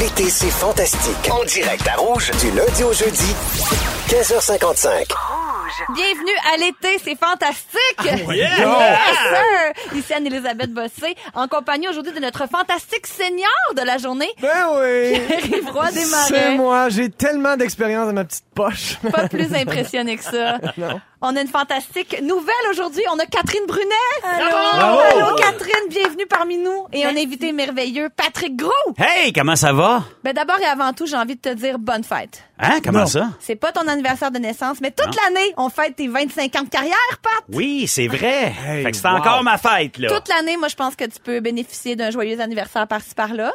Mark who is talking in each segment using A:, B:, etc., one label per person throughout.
A: L'été, c'est fantastique. En direct à Rouge, du lundi au jeudi, 15h55.
B: Bienvenue à l'été, c'est fantastique!
C: yeah!
B: Yes, sir! Ici Anne-Elisabeth Bossé, en compagnie aujourd'hui de notre fantastique senior de la journée,
D: Ben oui!
B: Pierre-Yvroy
D: C'est
B: Desmarais.
D: moi, j'ai tellement d'expérience dans ma petite poche.
B: Pas plus impressionné que ça. On a une fantastique nouvelle aujourd'hui. On a Catherine Brunet. Allô, Allô Catherine, bienvenue parmi nous. Et un invité merveilleux, Patrick Gros.
C: Hey, comment ça va?
B: Ben d'abord et avant tout, j'ai envie de te dire bonne fête.
C: Hein, comment ça?
B: C'est pas ton anniversaire de naissance, mais toute l'année, on fête tes 25 ans de carrière, Pat.
C: Oui, c'est vrai.
D: Hey,
C: fait que c'est
D: wow.
C: encore ma fête, là.
B: Toute l'année, moi, je pense que tu peux bénéficier d'un joyeux anniversaire par-ci par-là.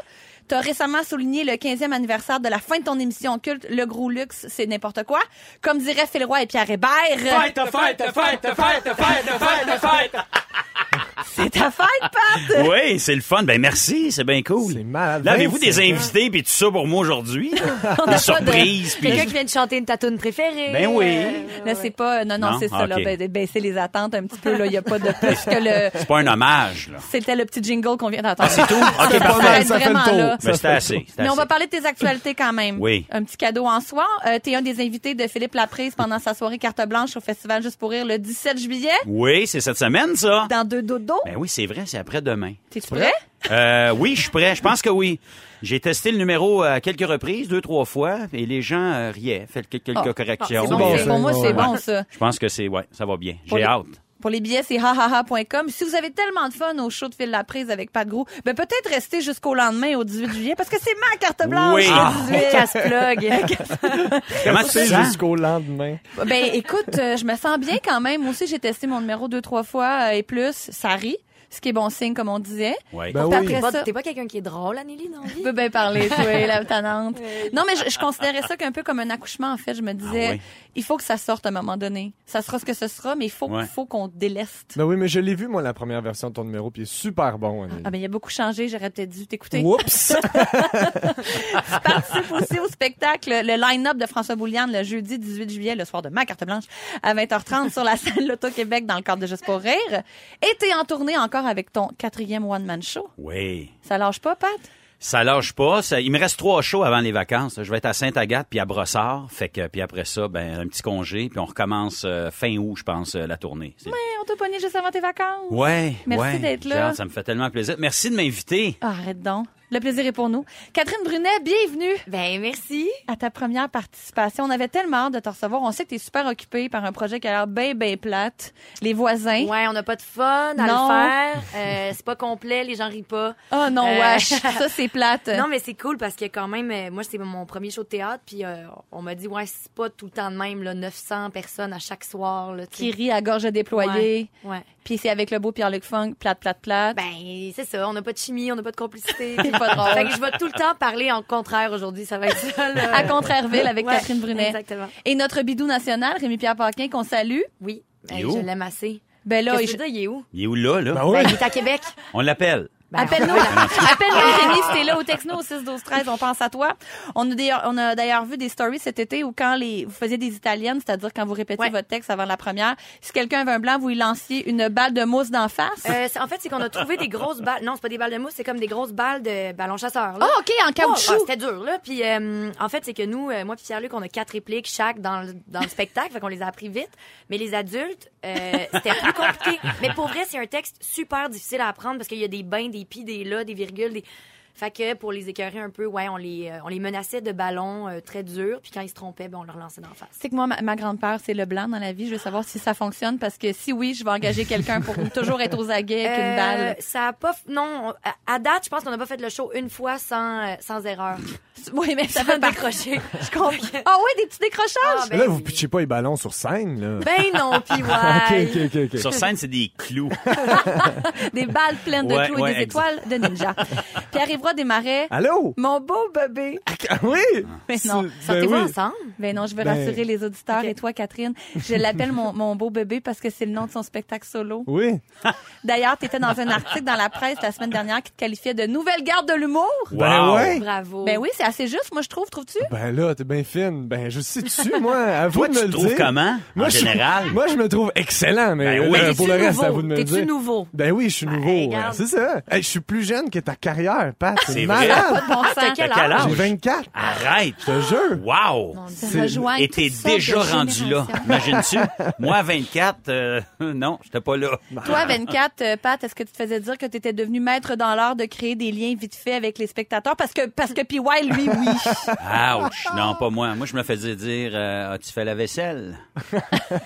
B: Tu as récemment souligné le 15e anniversaire de la fin de ton émission culte, Le Gros Luxe, c'est n'importe quoi. Comme dirait Phil Roy et Pierre Hébert,
C: Fête, fête, fête, fête, fête, fête, fête.
B: c'est ta fête, Pat!
C: Oui, c'est le fun. Ben merci, c'est bien cool.
D: C'est malade.
C: Là, avez-vous
D: 25
C: des invités puis tout ça pour moi aujourd'hui? là? des surprises puis...
E: Quelqu'un qui vient de chanter une tatoune préférée.
C: Ben oui.
B: Là, c'est pas... Non, non,
C: Non? Ah,
B: c'est ça, là.
C: Ok.
B: Ben, baisser les attentes un petit peu, là. Il n'y a pas de plus que le...
C: C'est pas un hommage, là.
B: C'était le petit jingle qu'on vient d'entendre.
C: Ah, C'est tout? OK,
B: Ça
D: pas mal,
C: parfait.
B: s'arrête
D: ça fait le
B: vraiment
D: tour.
B: là.
C: Mais c'était assez. c'était
B: Mais on
C: assez.
B: va parler de tes actualités quand même.
C: Oui.
B: Un petit cadeau en soi. Euh, T'es un des invités de Philippe Laprise pendant sa soirée carte blanche au Festival Juste pour rire le 17 juillet.
C: Oui, c'est cette semaine, ça.
B: Dans deux dodos.
C: Ben oui, c'est vrai, c'est après-demain.
B: T'es-tu prêt?
C: Euh, oui, je suis prêt. Je pense que oui. J'ai testé le numéro euh, à quelques reprises, deux, trois fois, et les gens euh, riaient. Fait quelques, quelques
B: Ah.
C: corrections.
B: C'est bon,
D: bon,
B: c'est-
D: ça.
B: pour moi, c'est
D: Ouais.
B: bon, ça.
C: Je pense que c'est, ouais, ça va bien.
B: Pour
C: J'ai
B: les-
C: hâte.
B: Pour les billets, c'est hahaha.com. Si vous avez tellement de fun au show de Phil Laprise avec Pat Gros, ben peut-être rester jusqu'au lendemain, au 18 juillet, parce que c'est ma carte blanche,
C: Oui. Ah.
B: le 18.
E: Casse-plug.
C: Comment tu te
D: C'est
C: sens?
D: jusqu'au lendemain.
B: Ben écoute, euh, je me sens bien quand même. Moi aussi, j'ai testé mon numéro deux, trois fois euh, et plus. Ça rit, ce qui est bon signe, comme on disait.
C: Ouais.
D: Ben
B: Puis
D: oui.
B: après
E: Bon,
B: ça,
E: T'es pas quelqu'un qui est drôle, Anneli, dans la
B: tu
E: vie?
B: peux bien parler, toi, la tenante. Non, mais je, je considérais ça qu'un peu comme un accouchement, en fait. Je me disais,
C: Ah oui.
B: il faut que ça sorte à un moment donné. Ça sera ce que ce sera, mais il faut,
C: Ouais.
B: faut qu'on déleste.
D: Ben oui, mais je l'ai vu, moi, la première version de ton numéro, puis il est super bon. Annie.
B: Ah ben, il y a beaucoup changé. J'aurais peut-être dû t'écouter.
D: Oups!
B: participe aussi au spectacle, le line-up de François Bouliane le jeudi 18 juillet, le soir de ma carte blanche, à 20h30 sur la scène Loto-Québec dans le cadre de Juste pour rire. Et t'es en tournée encore avec ton quatrième one-man show.
C: Oui.
B: Ça lâche pas, Pat?
C: Ça lâche pas. Ça- il me reste trois shows avant les vacances. Je vais être à Sainte-Agathe puis à Brossard. Fait que, puis après ça, ben, un petit congé. Puis on recommence euh, fin août, je pense, euh, la tournée. C'est-
B: Hey, Eh, on t'a pogné juste avant tes vacances.
C: Ouais.
B: Merci
C: ouais.
B: d'être là.
C: J'ai hâte, Ça me fait tellement plaisir. Merci de m'inviter.
B: Ah, arrête donc. Le plaisir est pour nous. Catherine Brunet, bienvenue
E: Ben, merci.
B: à ta première participation. On avait tellement hâte de te recevoir. On sait que t'es super occupée par un projet qui a l'air bien, bien plate. Les voisins.
E: Ouais, on n'a pas de fun à
B: Hein? Non.
E: le faire. Euh, c'est pas complet, les gens rient pas.
B: Oh non,
E: Euh,
B: wesh. Ça, c'est plate.
E: Non, mais c'est cool parce que quand même, euh, moi, c'est mon premier show de théâtre, puis euh, on m'a dit, ouais, c'est pas tout le temps de même, là, 900 personnes à chaque soir, là, tu
B: Qui
E: sais.
B: rit à gorge déployée.
E: Ouais.
B: Puis c'est avec le beau Pierre-Luc Funk, plate, plate, plate.
E: Ben, c'est ça, on n'a pas de chimie, on n'a pas de complicité.
B: C'est pas drôle.
E: Fait que je vais tout le temps parler en contraire aujourd'hui, ça va être ça, là.
B: à Contraireville avec
E: Ouais,
B: Catherine Brunet.
E: Exactement.
B: Et notre bidou national, Rémi-Pierre Paquin, qu'on salue.
E: Oui.
C: Il est
E: Hey,
C: où?
E: je l'aime assez.
B: Ben là,
E: Qu'est-ce que
B: je-
E: tu veux dire, il est où?
C: Il est où là, là?
D: Ben oui.
E: Ben, il est à Québec.
C: On l'appelle.
E: Ben,
B: appelle-nous. Appelle-nous, Rémi, si t'es là au texno au 6 12 13 on pense à toi. On a d'ailleurs, on a d'ailleurs vu des stories cet été où quand les, vous faisiez des italiennes, c'est-à-dire quand vous répétiez
E: Ouais.
B: votre texte avant la première, si quelqu'un avait un blanc, vous lui lanciez une balle de mousse d'en face.
E: Euh, c'est- en fait, c'est qu'on a trouvé des grosses balles. Non, c'est pas des balles de mousse, c'est comme des grosses balles de ballon chasseur.
B: Ah,
E: Là.
B: OK, en
E: Oh,
B: caoutchouc.
E: ah, c'était dur, là. Puis, euh, en fait, c'est que nous, euh, moi puis Pierre-Luc, on a quatre répliques chaque dans le, dans le spectacle. Fait qu'on les a appris vite. Mais les adultes, euh, c'était plus compliqué. Mais pour vrai, c'est un texte super difficile à apprendre parce qu'il y a des bains, des pis, des là, des virgules, des... Fait que pour les écœurer un peu, ouais, on les, euh, on les menaçait de ballons euh, très durs. Puis quand ils se trompaient, ben, on leur lançait d'en face.
B: Ah, C'est que moi, ma, ma grande peur, c'est le blanc dans la vie. Je veux savoir si ça fonctionne parce que si oui, je vais engager quelqu'un pour toujours être aux aguets avec une
E: Euh,
B: balle.
E: ça a pas. f- Non, on- à- à date, je pense qu'on n'a pas fait le show une fois sans, euh, sans erreur.
B: Oui, mais ça
E: Ça
B: fait
E: va
B: pas.
E: décrocher. Je
B: Ah ouais, des petits décrochages.
D: là, vous pitchez pas les ballons sur scène, là.
E: Ah, Ben non, puis
D: OK,
E: ouais.
D: OK, OK. OK.
C: Sur scène, c'est des clous.
B: des balles pleines de
C: Ouais,
B: clous et
C: ouais,
B: des étoiles de ninja. Pierre Évroy Desmarais,
D: Allô?
B: mon beau bébé.
D: Ah Oui!
B: Mais
D: C'est-
B: non,
D: ben
E: Sortez-vous
D: oui.
E: ensemble.
B: Ben non, je veux
D: Ben-
B: rassurer les auditeurs
E: Ok.
B: et toi, Catherine. Je l'appelle mon, mon beau bébé parce que c'est le nom de son spectacle solo.
D: Oui.
B: D'ailleurs, t'étais dans un article dans la presse la semaine dernière qui te qualifiait de nouvelle garde de l'humour.
D: Ben
C: Wow.
D: ouais.
E: Bravo.
B: Ben oui, c'est assez juste, moi, je trouve, trouves-tu?
D: Ben là, t'es bien fine. Ben, je suis dessus, moi. À vous
C: Toi,
D: de
C: tu
D: me
C: te
D: le
C: trouves
D: dire.
C: comment, en
D: je-
C: général?
D: moi, je me trouve excellent, mais
C: Ben oui.
D: euh,
C: Mais
D: pour le
E: t'es-tu
D: reste,
E: nouveau?
D: à vous de me le
E: T'es-tu
D: dire.
E: nouveau?
D: Ben oui, je suis nouveau.
E: regarde.
D: C'est ça. Hey, je suis plus jeune que ta carrière, Pat.
C: C'est
D: C'est
C: vrai.
D: malade.
E: Ah,
B: Ah, Pas de bon sens.
E: T'as
C: T'as quel âge?
D: J'ai 24.
C: Arrête!
D: Je te jure.
C: Wow!
B: Ça rejoint
C: Et t'es
B: toutes sortes de
C: déjà rendu
B: générations.
C: là. Imagines-tu? Moi, à 24, euh, non, j'étais pas là.
D: Ben,
B: Toi, 24, euh, Pat, est-ce que tu te faisais dire que tu étais devenu maître dans l'art de créer des liens vite fait avec les spectateurs? Parce que, parce que PY, lui, oui.
C: Ouch! Non, pas moi. Moi, je me faisais dire, euh, as-tu fait la vaisselle?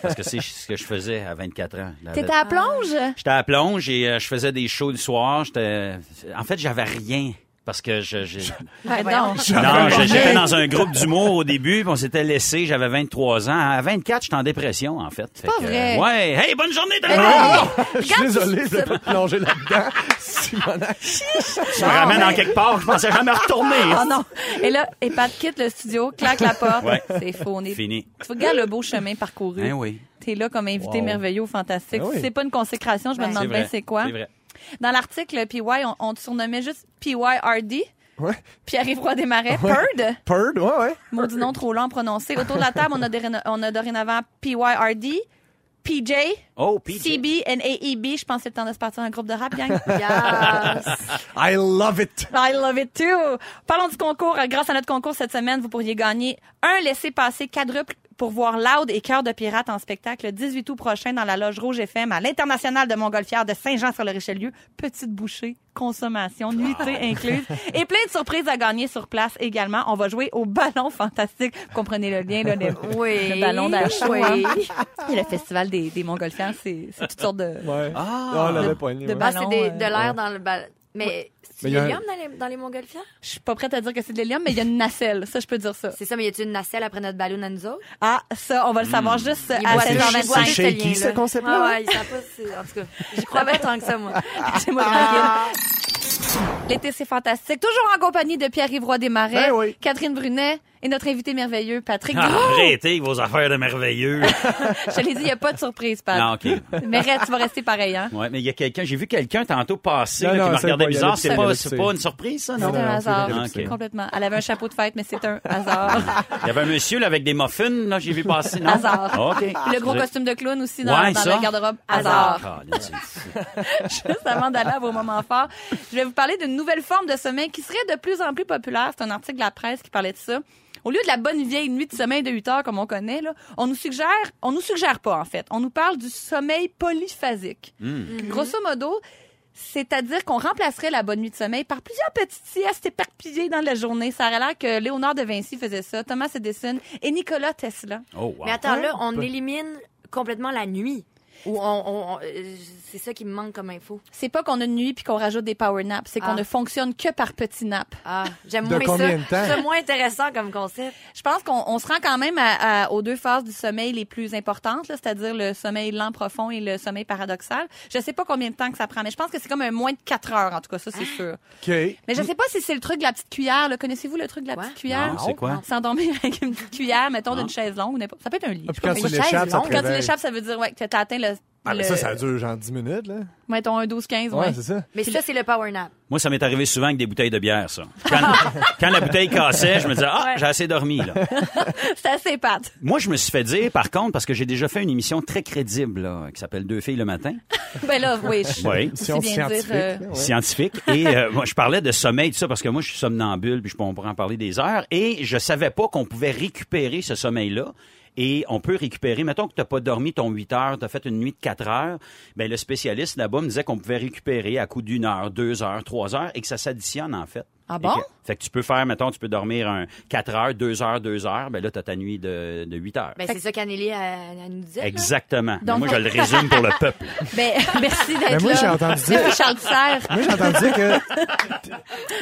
C: Parce que c'est ce que je faisais à 24 ans. La
B: T'étais à plonge?
C: J'étais à la plonge et euh, je faisais des shows du soir. J'étais, en fait, j'avais rien parce que je, j'ai-
B: Ouais,
E: voyons.
B: donc.
C: non,
D: rien.
C: j'étais dans un groupe d'humour au début, puis on s'était laissé. J'avais 23 ans. À 24, j'étais en dépression en fait. Fait
B: pas
C: que,
B: vrai. Ben
C: euh, ouais. Hey, bonne journée. tout le monde!
B: Non,
D: Je suis désolé, je vais pas te plonger là-dedans. Simonac.
C: Tu me ramènes en quelque part. Je pensais jamais retourner.
B: Oh non. Et là, et Pat quitte le studio, claque la porte.
C: Ouais.
B: C'est faux. On est...
C: Fini.
B: Tu regardes le beau chemin parcouru.
C: Hein, oui.
B: T'es là comme invité
D: Wow.
B: merveilleux, fantastique.
D: Ben oui.
B: Si c'est pas une consécration, je me
E: Ouais.
B: demande
C: C'est
B: bien
C: vrai.
B: ben, c'est quoi.
C: C'est vrai.
B: Dans l'article PY, on, on te surnommait juste PYRD,
D: Ouais.
B: Pierre-Yves Roy Desmarais, Perd.
D: Perd, ouais, ouais.
B: Maudit nom trop long à prononcer. Autour de la table, on a, doréna- on a dorénavant PYRD, PJ,
C: Oh, PJ.
B: CB and AEB. E Je pense que c'est le temps de se partir un groupe de rap, gang.
D: I love it.
B: I love it too. Parlons du concours. Euh, Grâce à notre concours cette semaine, vous pourriez gagner un laissez-passer quadruple pour voir Loud et Cœur de Pirate en spectacle le 18 août prochain dans la Loge Rouge FM à l'International de Montgolfière de Saint-Jean-sur-le-Richelieu. Petite bouchée, consommation, nuitée
E: Ah.
B: incluse. Et plein de surprises à gagner sur place également. On va jouer au ballon fantastique. Vous comprenez le lien, là, le,
E: Oui.
B: le ballon d'achat.
E: Oui.
B: Et le festival des, des Montgolfières, c'est c'est toutes sortes de...
D: Ouais.
C: Ah.
D: on l'avait
B: De-
D: pas aimé,
B: de
D: ouais.
B: base-
E: Ah,
B: Ballon,
E: c'est des-
B: euh,
E: de l'air dans le ballon. Mais c'est
D: Mais
E: du
D: y a un-
E: l'hélium dans les, dans les montgolfières?
B: Je suis pas prête à dire que c'est de l'hélium, mais il y a une nacelle. Ça, je peux dire ça.
E: C'est ça, mais y a-tu une nacelle après notre ballon à nous autres?
B: Ah, ça, on va le savoir
C: Hmm.
B: juste
E: Il
B: à
E: boit-
D: c'est-
B: 7h25.
D: c'est shaky, ce
E: lien-là.
D: concept-là.
E: Ah Ouais, ouais, il sent pas, c'est- en tout cas, j'y crois pas tant que ça, moi.
B: Laissez-moi
C: Ah.
B: tranquille. L'été, c'est fantastique. Toujours en compagnie de Pierre-Yves Roy Desmarais,
D: Ben oui.
B: Catherine Brunet et notre invité merveilleux, Patrick
C: Ah,
B: Drouin.
C: Arrêtez vos affaires de merveilleux.
B: Je te l'ai dit, il n'y a pas de surprise, Pat.
C: non, OK.
B: Mais reste, tu vas rester pareil, hein?
C: Ouais, mais il y a quelqu'un, j'ai vu quelqu'un tantôt passer
D: Non,
C: là,
D: non,
C: qui me
D: c'est
C: regardait
D: pas- il y a
C: bizarre.
D: l'autre,
C: C'est
D: c'est
C: pas,
D: l'autre,
C: c'est
D: c'est-
C: pas une surprise, ça,
B: C'est
C: non?
D: non,
B: un
D: non,
B: hasard,
D: c'est
C: bien, c'est-
B: complètement. Elle avait un chapeau de fête, mais c'est un hasard.
C: Il y avait un monsieur là, avec des muffins, là, j'ai vu passer, non?
B: Hasard.
C: OK.
B: Puis le gros costume de clown aussi dans,
C: Ouais,
B: dans
C: ça. Ah.
B: la garde-robe. Hasard.
C: Hasard. Colin, c'est fou.
B: Juste avant d'aller à vos moments forts, je vais vous parler d'une nouvelle forme de sommeil qui serait de plus en plus populaire. C'est un article de la presse qui parlait de ça. Au lieu de la bonne vieille nuit de sommeil de 8 heures comme on connaît, là, on nous suggère, on nous suggère pas en fait. On nous parle du sommeil polyphasique. Mm-hmm. Grosso modo, c'est-à-dire qu'on remplacerait la bonne nuit de sommeil par plusieurs petites siestes éparpillées dans la journée. Ça aurait l'air que Léonard de Vinci faisait ça, Thomas Edison et Nicolas Tesla.
C: Oh, wow.
E: Mais attends, là, on élimine complètement la nuit. Ou on, on- on- euh, c'est ça qui me manque comme info.
B: C'est pas qu'on a une nuit puis qu'on rajoute des power naps, c'est qu'on
E: Ah.
B: ne fonctionne que par petits naps.
E: Ah, j'aime
D: De
E: moins
D: combien
E: ça.
D: de temps?
E: C'est moins intéressant comme concept.
B: Je pense qu'on on se rend quand même à- à- aux deux phases du sommeil les plus importantes, là, c'est-à-dire le sommeil lent profond et le sommeil paradoxal. Je sais pas combien de temps que ça prend, mais je pense que c'est comme un moins de quatre heures, en tout cas, ça c'est sûr.
D: OK. Ah,
B: Mais je sais pas si c'est le truc de la petite cuillère. là. Connaissez-vous le truc de la
E: Quoi?
B: petite cuillère?
C: Non, c'est quoi?
B: S'endormir avec une petite cuillère, mettons,
C: Non.
B: d'une chaise longue. ou n'importe- Ça peut être un lit.
D: Ah,
B: je sais
D: puis
B: pas.
D: quand
E: mais
D: tu
E: chaise
D: l'échappes, ça
E: longue.
D: te
B: Quand tu
D: réveille.
B: l'échappes, ça veut dire ouais, que tu as atteint le,
D: Ah,
B: le-
D: mais ça, ça dure genre 10 minutes, là.
B: mettons, un 12-15.
D: Ouais,
B: ouais.
D: c'est ça.
E: Mais ça, c'est le power nap.
C: Moi, ça m'est arrivé souvent avec des bouteilles de bière, ça. Quand, quand la bouteille cassait, je me disais, ah, j'ai assez dormi, là.
B: C'est assez pâte.
C: Moi, je me suis fait dire, par contre, parce que j'ai déjà fait une émission très crédible, là, qui s'appelle Deux filles le matin.
B: ben là, oui. je-
C: Oui.
B: C'est
D: Science
B: bien dire,
D: scientifique.
B: euh,
D: là, ouais.
C: scientifique. Et euh, moi, je parlais de sommeil, tout ça, parce que moi, je suis somnambule, puis je, on pourrait en parler des heures. Et je savais pas qu'on pouvait récupérer ce sommeil-là. Et on peut récupérer, mettons que tu pas dormi ton 8 heures, tu as fait une nuit de 4 heures, ben le spécialiste là-bas me disait qu'on pouvait récupérer à coup d'une heure, deux heures, trois heures, et que ça s'additionne en fait.
B: Ah
C: Et
B: bon?
C: que- fait que tu peux faire, mettons, tu peux dormir un 4 heures, 2 heures, 2 heures, ben là, tu as ta nuit de, de 8 heures.
E: Ben, c'est ça qu'Anneli elle- elle nous dit.
C: Exactement. Mais
B: Donc-
C: moi, je le résume pour le peuple.
B: ben, merci d'être
D: Mais moi,
B: là.
D: j'ai entendu dire-
B: Merci, Charles Serre.
D: Moi, j'ai entendu dire que. t-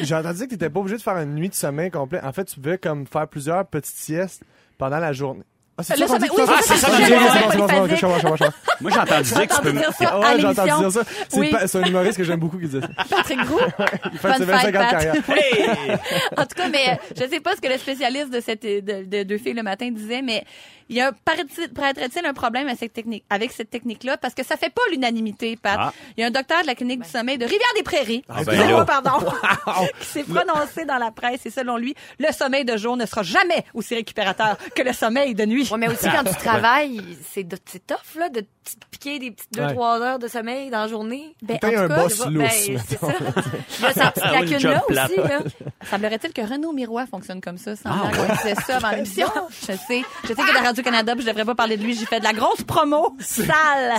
D: J'ai entendu dire que t'étais pas obligé de faire une nuit de sommeil complet. En fait, tu pouvais comme faire plusieurs petites siestes pendant la journée. Ah, c'est
B: Euh, Le
D: qu'on dit
B: sommeil-
D: tout à
B: oui,
D: l'heure?
C: c'est ça,
D: Ah, c'est
C: c'est
D: bon,
C: ça, c'est
D: c'est bon, c'est bon, c'est bon, ok, je comprends, je comprends, je comprends.
C: Moi, j'ai entendu dire que tu peux...
B: Entendu dire ça
D: Ah
B: à
D: ouais, j'ai entendu
B: l'émission.
D: dire ça. C'est
B: Oui.
D: pa- C'est un humoriste que j'aime beaucoup qui disait ça.
B: Patrick Roux.
D: Fait que
B: Bonne
D: c'est 25
B: fête,
D: ans de
B: Pat.
D: carrière.
C: Hey!
B: En tout cas, mais euh, je sais pas ce que le spécialiste de cette de, de deux filles le matin disait, mais il y a paraît-il- paraîtrait-il un problème avec cette technique avec cette technique-là parce que ça fait pas l'unanimité, Pat.
C: Ah.
B: Il y a un docteur de la clinique du sommeil de Rivière-des-Prairies.
C: Ah, ben
B: Excusez-moi,
C: là.
B: pardon. qui s'est prononcé dans la presse et selon lui, le sommeil de jour ne sera jamais aussi récupérateur que le sommeil de nuit.
E: Ouais, mais aussi quand tu travailles, c'est de- c'est tough là, de te piquer des petites
D: Ouais.
E: 2-3 heures de sommeil dans la journée.
B: Ben,
D: T'as
B: en
D: un
B: tout cas,
D: boss
E: Ben,
D: lousse,
E: c'est
D: mettons.
E: ça. Il y a
C: Ah
E: sa petite
C: oui, le
E: lacune
C: job
E: là
C: plate.
E: aussi. Là.
B: semblerait-il que Renaud Miroir fonctionne comme ça. Sans
C: Ah,
B: blague. On disait ça avant l'émission. Je sais. Je sais que la Radio-Canada, puis je devrais pas parler de lui. J'ai fait de la grosse promo sale.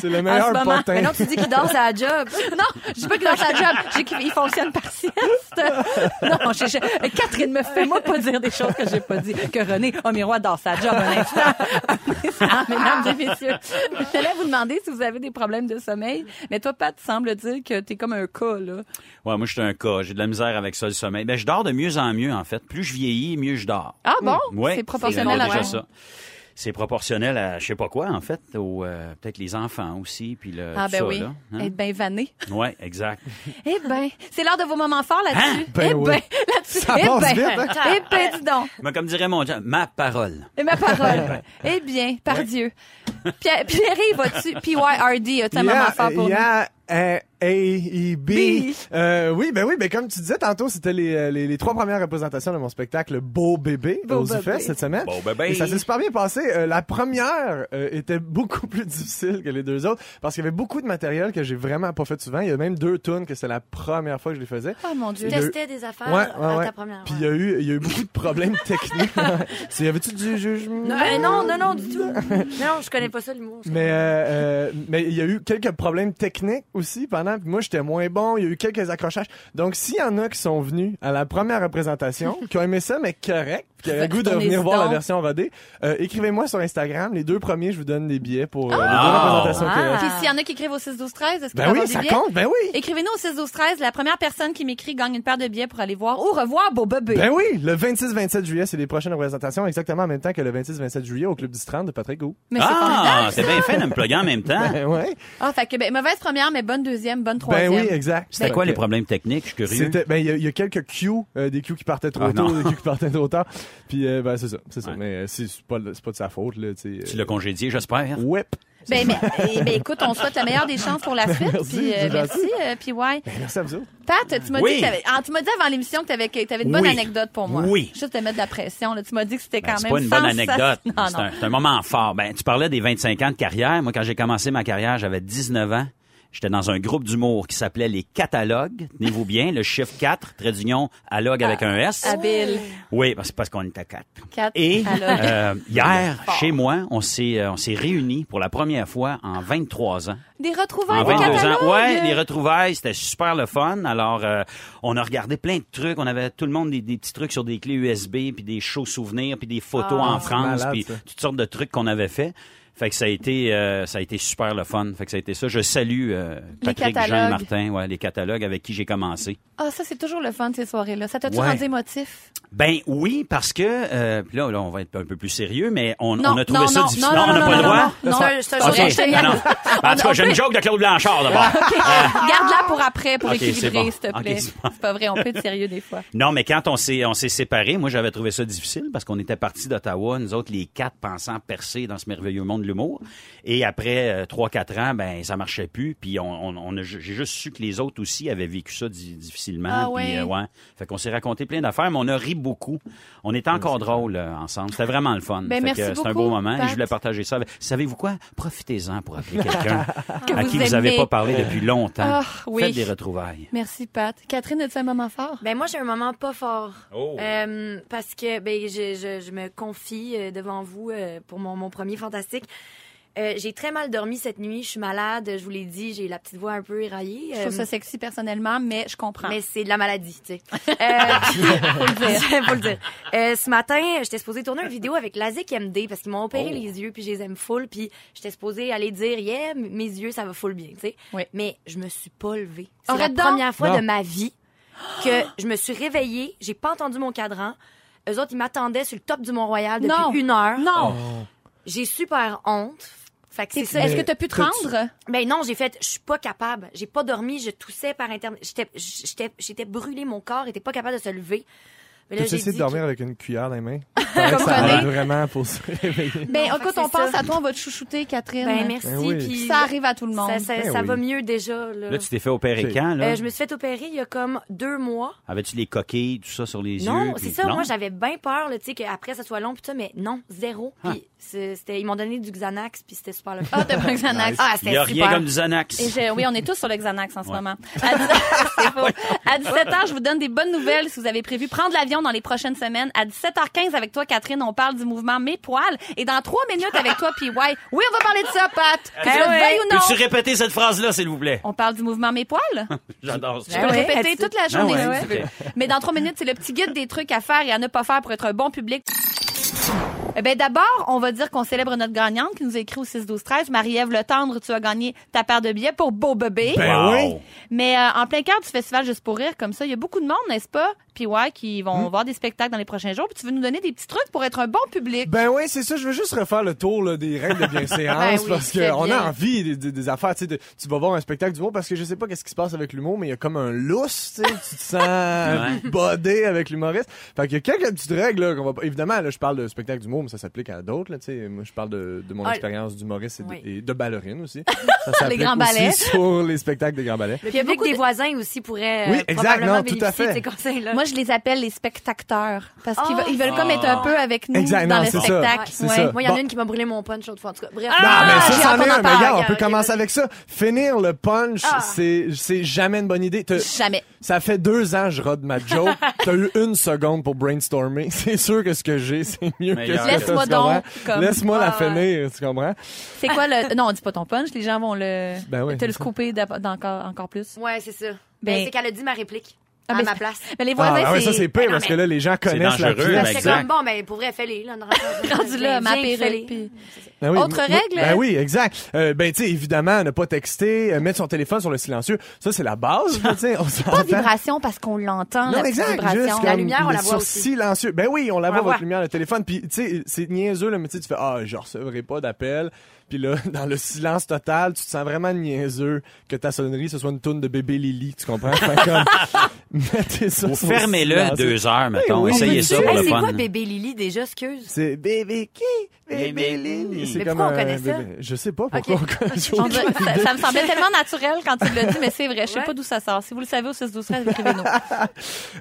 D: c'est le
B: en
D: meilleur
B: ce moment.
D: potin.
E: Mais non, tu dis qu'il dort à la job.
B: Non, je dis pas qu'il lâche la job. J'ai qu'il il fonctionne par sieste. Non, je- je- Catherine me fait moi pas dire des choses que j'ai pas dit. Que René au miroir dans sa job un instant. Ah, Mesdames et messieurs, j'allais vous demander si vous avez des problèmes de sommeil. Mais toi, Pat, semble dire que t'es comme un cas, là.
C: Ouais, moi, je suis un cas. J'ai de la misère avec ça, le sommeil. Ben, je dors de mieux en mieux, en fait. Plus je vieillis, mieux je dors.
B: Ah bon?
C: Ouais,
B: C'est proportionnel
C: j'avais
B: à
C: déjà
B: quoi?
C: ça. C'est proportionnel à je sais pas quoi, en fait, au, euh, peut-être les enfants aussi, puis le,
B: Ah
C: tout
B: ben
C: ça,
B: oui.
C: là. Hein?
B: Eh ben vanné.
C: Ouais, exact.
B: Eh ben, c'est l'heure de vos moments forts là-dessus.
D: Ben
B: eh
D: oui.
B: ben, là-dessus.
D: Ça
B: eh
D: passe
B: ben,
D: vite,
E: hein?
B: eh ben, dis donc.
C: Mais comme dirait mon Jean, ma parole.
B: Et ma
D: ben.
B: parole. eh bien, par Dieu. Pierre, Pierre, vas-tu? PYRD, as-tu un moment
D: Yeah,
B: fort pour nous?
D: yeah, euh, A, E, B.
B: B.
D: Euh, oui, ben oui, ben comme tu disais tantôt, c'était les, euh, les, les trois premières représentations de mon spectacle Beau bébé
B: Beau
D: aux
B: bébé.
D: UFES cette semaine.
C: Beau bébé.
D: Et ça s'est super bien passé. Euh, la première euh, était beaucoup plus difficile que les deux autres parce qu'il y avait beaucoup de matériel que j'ai vraiment pas fait souvent. Il y a même deux tunes que c'est la première fois que je les faisais.
B: Oh mon
E: Tu
B: Dieu.
D: Il y a eu-
E: testais des affaires
D: Ouais, ouais,
E: à
D: ouais.
E: ta première.
D: Puis
E: Ah, ouais.
D: il y a eu, il y a eu beaucoup de problèmes techniques. y avait-tu du jugement?
E: Non, euh, non, non, non, du tout. Non, je connais pas ça l'humour.
D: Mais euh, euh, mais il y a eu quelques problèmes techniques aussi pendant. Puis moi, j'étais moins bon. Il y a eu quelques accrochages. Donc, s'il y en a qui sont venus à la première représentation, qui ont aimé ça, mais correct, puis qui auraient le goût de
B: Retournez-y
D: venir voir la
B: donc.
D: version rodée, euh, écrivez-moi sur Instagram. Les deux premiers, je vous donne des billets pour euh, les deux
C: Ah!
D: représentations
E: Ah!
D: qu'il y a.
B: Puis s'il y en a qui écrivent au 6-12-13, est-ce que
D: Ben
B: t'as
D: oui,
B: des
D: ça
B: billets?
D: compte. Ben oui.
B: Écrivez-nous au 6-12-13. La première personne qui m'écrit gagne une paire de billets pour aller voir ou revoir Beau Bébé.
D: Ben oui, le 26-27 juillet, c'est les prochaines représentations, exactement en même temps que le 26-27 juillet au Club du 30 de Patrick Gou.
B: Mais c'est
C: ah,
B: formidable.
C: c'est bien fait de me plugger en même temps.
D: Ben ouais.
B: Ah, fait que, ben, mauvaise première, mais bonne deuxième, bonne
D: Ben
B: troisième.
D: oui, exact.
C: C'était
D: Fait
C: quoi
D: que-
C: les problèmes techniques? Je suis curieux.
D: C'était, ben, il y, a- il y a quelques cues, euh, des cues qui partaient trop
C: Ah,
D: tôt,
C: non.
D: des cues qui partaient trop tard. Puis, euh, ben, c'est ça, c'est ça.
C: Ouais.
D: Mais euh, c'est c'est pas, de- c'est pas de sa faute, là, tu sais.
C: Tu
D: euh,
C: l'as congédié, j'espère.
D: whip.
B: Ben, mais, eh ben, écoute, on souhaite la meilleure des chances pour
C: Ben,
B: la suite.
D: Merci,
B: puis, euh,
D: c'est
B: merci, euh, PY.
D: Ben, merci à vous autres.
B: Pat, tu m'as
C: Oui.
B: dit, que t'avais- ah, tu m'as dit avant l'émission que tu avais, une
C: Oui.
B: bonne anecdote pour moi.
C: Oui.
B: Juste te mettre de la pression. Là. Tu m'as dit que c'était
C: Ben,
B: quand
C: c'est
B: même
C: pas une bonne
B: sensation-
C: anecdote.
B: Non,
C: C'est
B: non.
C: un, c'est un moment fort. Ben, tu parlais des 25 ans de carrière. Moi, quand j'ai commencé ma carrière, j'avais 19 ans. J'étais dans un groupe d'humour qui s'appelait les Catalogues. Tenez-vous bien, le chiffre 4, trait d'union, allogue avec un S.
B: Habile.
C: Oui, parce, parce qu'on était quatre.
B: Ah, Quatre
C: Et
B: allogues.
C: euh, hier, chez moi, on s'est euh, on s'est réunis pour la première fois en 23 ans.
B: Des retrouvailles
C: En
B: de
C: 22 ans.
B: catalogue.
C: Ouais, les retrouvailles, c'était super le fun. Alors, euh, on a regardé plein de trucs. On avait tout le monde des, des petits trucs sur des clés USB, puis des shows souvenirs, puis des photos
B: Ah,
C: en France,
D: malade,
C: puis
D: ça.
C: toutes sortes de trucs qu'on avait fait. Fait que ça a été euh, ça a été super le fun. Fait que ça a été ça. Je salue euh,
B: Les
C: Patrick, Jean
B: catalogues.
C: et Martin, ouais, les catalogues avec qui j'ai commencé.
B: Ah, ça, c'est toujours le fun de ces soirées-là. Ça t'a-tu
C: Ouais.
B: rendu émotif?
C: Ben oui, parce que euh, puis là, là, on va être un peu plus sérieux, mais on,
B: Non,
C: on a trouvé
B: non,
C: ça
B: non,
C: difficile.
B: non, non,
C: on n'a
B: non,
C: pas
B: non,
C: le droit.
B: non, non.
E: C'est un- c'est un
B: Ok.
E: jour-
B: te gagne.
C: Ah, non. En tout
B: On- on
C: cas, j'ai
B: peut-
C: une joke de Claude Blanchard d'abord.
B: Garde-la pour après, pour
C: Ok, c'est
B: équilibrer,
C: bon.
B: s'il te
C: Ok,
B: plaît.
C: c'est bon.
B: c'est pas vrai, on peut être sérieux des fois.
C: Non, mais quand on s'est on s'est séparés, moi j'avais trouvé ça difficile parce qu'on était partis d'Ottawa, nous autres les quatre pensant percer dans ce merveilleux monde de l'humour. Et après euh, trois quatre ans, ben ça marchait plus. Puis on, on, on a ju- j'ai juste su que les autres aussi avaient vécu ça di- difficilement.
B: Ah
C: puis,
B: ouais.
C: euh, ouais. Fait qu'on s'est raconté plein d'affaires, mais on a ri beaucoup. On était encore drôles euh, ensemble. C'était vraiment le fun.
B: Ben,
C: Fait
B: merci
C: que, euh, C'est un
B: beaucoup,
C: beau moment. Et
B: Pat.
C: je voulais partager ça. avec- Savez-vous quoi Profitez-en pour appeler quelqu'un
B: Que
C: à
B: vous
C: qui vous avez
B: aimez.
C: pas parlé depuis longtemps.
B: Ah, oui.
C: Faites des retrouvailles.
B: Merci, Pat. Catherine, as-tu un moment fort?
E: Ben moi j'ai un moment pas fort.
C: Oh.
E: Euh, parce que ben je, je, je me confie euh, devant vous euh, pour mon, mon premier fantastique. Euh, j'ai très mal dormi cette nuit, je suis malade, je vous l'ai dit, j'ai la petite voix un peu éraillée. euh,
B: Je trouve ça sexy personnellement, mais je comprends.
E: Ben, Mais c'est de la maladie, tu sais. Euh, faut le dire. faut le dire. Euh, ce matin, j'étais supposée tourner une vidéo avec l'ASIC MD parce qu'ils m'ont opéré
C: Oh.
E: les yeux puis je les aime full puis j'étais supposée aller dire yeah, m- mes yeux ça va full bien, tu sais.
B: Oui.
E: Mais je me suis pas levée. C'est la
B: Arrête donc.
E: première fois
D: Non.
E: de ma vie que je me suis réveillée, j'ai pas entendu mon cadran. Eux autres, ils m'attendaient sur le top du Mont-Royal depuis
B: Non.
E: une heure.
B: Non!
E: J'ai super honte. Fait que
B: T'es-
E: c'est ça.
B: Est-ce que t'as pu te
D: T'as-tu-
B: rendre?
E: Ben non, j'ai fait, je suis pas capable. J'ai pas dormi, je toussais par internet. J'étais, j'étais, j'étais brûlée, mon corps était pas capable de se lever. Mais là,
D: T'as-tu
E: j'ai
D: essayé
E: dit
D: de dormir avec une cuillère dans les mains? Je pensais que ça hein?
B: Coco.
D: aide vraiment pour se réveiller.
B: Ben, écoute,
E: Non, fait que
B: on
E: c'est
B: pense
E: ça.
B: à toi, on va te chouchouter, Catherine.
E: que- Ben, merci.
D: Ben oui.
E: puis
B: Ça arrive à tout le monde.
E: Ça, ça,
D: Ben
E: ça
D: oui.
E: va mieux déjà. Là.
C: Là, tu t'es fait opérer
D: C'est-
C: quand, là?
E: Euh, je me suis fait opérer il y a comme deux mois.
C: Avais-tu les coquilles, tout ça sur les yeux?
E: Non,
C: puis-
E: c'est ça.
C: Non?
E: Moi, j'avais bien peur, là, tu sais, qu'après, ça soit long, pis ça, mais non, zéro.
D: Ah.
E: Puis c'est- c'était, ils m'ont donné du Xanax, puis c'était super le fun.
B: Ah, t'as pris un Xanax. Ah,
C: Il n'y a rien comme du Xanax.
B: Et je- oui, on est tous sur le Xanax en ce
C: Ouais.
B: moment. À, dix- c'est faux. À 17h, je vous donne des bonnes nouvelles si vous avez prévu prendre l'avion dans les prochaines semaines. À 17h15 avec toi, Catherine, on parle du mouvement Mes poils. Et dans trois minutes avec toi, puis ouais, oui, on va parler de ça, Pat. Que tu
E: Eh
B: le
E: ouais.
B: veuilles ou
C: Peux-tu
B: non.
C: répéter cette phrase-là, s'il vous plaît?
B: On parle du mouvement Mes poils.
C: J'adore ça.
B: Je
D: Ben
B: peux le
E: ouais,
B: répéter
E: elle-
B: toute la journée.
C: ouais,
B: si tu
C: ouais.
B: veux. Mais dans trois minutes, c'est le petit guide des trucs à faire et à ne pas faire pour être un bon public. Eh ben d'abord, on va dire qu'on célèbre notre gagnante qui nous a écrit au 6-12-13. Marie-Ève Le Tendre, tu as gagné ta paire de billets pour Beau Bébé.
C: Ben
D: Wow.
C: oui.
B: Mais euh, en plein cœur du festival Juste pour rire, comme ça, il y a beaucoup de monde, n'est-ce pas? Puis ouais, qui
D: Hmm.
B: vont voir des spectacles dans les prochains jours. Puis tu veux nous donner des petits trucs pour être un bon public.
D: Ben oui, c'est ça. Je veux juste refaire le tour là, des règles de bienséance
B: Ben oui,
D: parce
B: fais
D: qu'on
B: bien.
D: a envie des, des- des affaires. Tu sais, de- tu vas voir un spectacle d'humour parce que je sais pas qu'est-ce qui se passe avec l'humour, mais il y a comme un lousse. tu sais, Tu te sens bodé avec l'humoriste. Fait qu'il y a quelques petites règles là, qu'on va pas- Évidemment, là, je parle de spectacle d'humour, mais ça s'applique à d'autres. là, tu sais. Moi, je parle de, de mon
E: Ah,
D: expérience d'humoriste et, de-
E: oui.
D: et de ballerine aussi. Ça s'applique
B: grands ballets.
D: aussi sur les spectacles des grands ballets.
E: Le public des voisins aussi pourrait
D: Oui,
E: oui,
D: exact,
E: probablement
D: non, tout à
E: bénéficier
D: fait.
E: de ces
D: Ben.
E: conseils-là.
B: Moi, je les appelle les spectateurs parce qu'ils
E: Oh.
B: ve- ils veulent comme être un peu avec nous
D: Ah! Exact,
B: dans
D: non,
B: le
D: c'est ça.
B: Ah! spectacle.
D: C'est ça.
E: Moi, il y en a
D: Bon.
E: une qui m'a brûlé mon punch l'autre fois. En tout cas, bref.
D: Ah, mais
B: j'ai
D: ça, c'en
B: hâte d'en
D: est un. Mais
B: parler.
D: regarde, on peut
E: Regarde,
D: commencer
E: regarde.
D: avec ça. Finir le punch,
E: Ah.
D: c'est c'est jamais une bonne idée. Te-
B: Jamais.
D: Ça fait deux ans que je rode ma joke. T'as eu une seconde pour brainstormer. C'est sûr que ce que j'ai, c'est mieux que
C: Meilleur.
D: ce que
B: Laisse-moi
D: t'as, tu comprends?
B: donc, comme-
D: Laisse-moi la
E: Ah, ouais.
D: finir, tu comprends?
B: C'est quoi le Non, on dit pas ton punch, les gens vont le
D: Ben oui,
B: te le
D: c'est ça.
B: scooper d'ab- d'encore encore plus.
E: Ouais, c'est ça.
B: Ben-
E: Ben, c'est qu'elle a dit ma réplique
B: Ah,
E: à
B: mais-
E: ma place.
B: Mais les voisins
D: Ah, ah ouais,
B: c'est
D: ça, c'est pire parce que là, les gens connaissent la
C: dangereux,
D: pièce.
C: ben,
E: C'est
C: exact.
E: comme bon, mais pour vrai, fais-les. là, on rentre-
B: rendu là ma
E: Viens, fais-les.
B: perruque. puis-
D: Ah oui,
B: Autre
D: m-
B: règle?
D: Ben oui, exact. Euh, ben, tu sais, évidemment, ne pas texter, euh, mettre son téléphone sur le silencieux. Ça, c'est la base, là, tu sais. on
B: Pas
D: s'entend.
B: vibration parce qu'on l'entend
D: Non,
B: la
D: mais
B: petite
D: exact.
B: vibration.
D: Juste
E: La
D: comme
E: lumière, on
D: le
E: la voit
D: sur
E: aussi.
D: silencieux. Ben oui, on la
E: On
D: voit,
E: la
D: votre
E: voit.
D: lumière, le téléphone. Puis, tu sais, c'est niaiseux, là, mais tu sais, tu fais, ah, je recevrai pas d'appel. Puis là, dans le silence total, tu te sens vraiment niaiseux que ta sonnerie, ce soit une toune de bébé Lily. Tu comprends? Fait comme, mettez ça
C: Vous
D: sur
C: fermez-le
D: silencieux.
C: deux heures, mettons.
D: oui,
C: Essayez
D: oui,
C: ça
D: oui.
C: pour
E: Hey,
C: le
E: c'est
C: fun.
E: quoi bébé Lily déjà, excuse?
D: C'est bébé qui? Bébé
C: Bébé
D: Lily.
C: Lily.
D: C'est
E: Mais pourquoi on
D: un
E: connaît ça?
D: bébé. Je sais pas pourquoi
E: Ok.
D: on connaît
B: On dirait- ça, ça me semblait tellement naturel quand tu l'as dit, mais c'est vrai. Je sais
E: Ouais.
B: pas d'où ça sort. Si vous le savez au 6 12 13 écrivez-nous.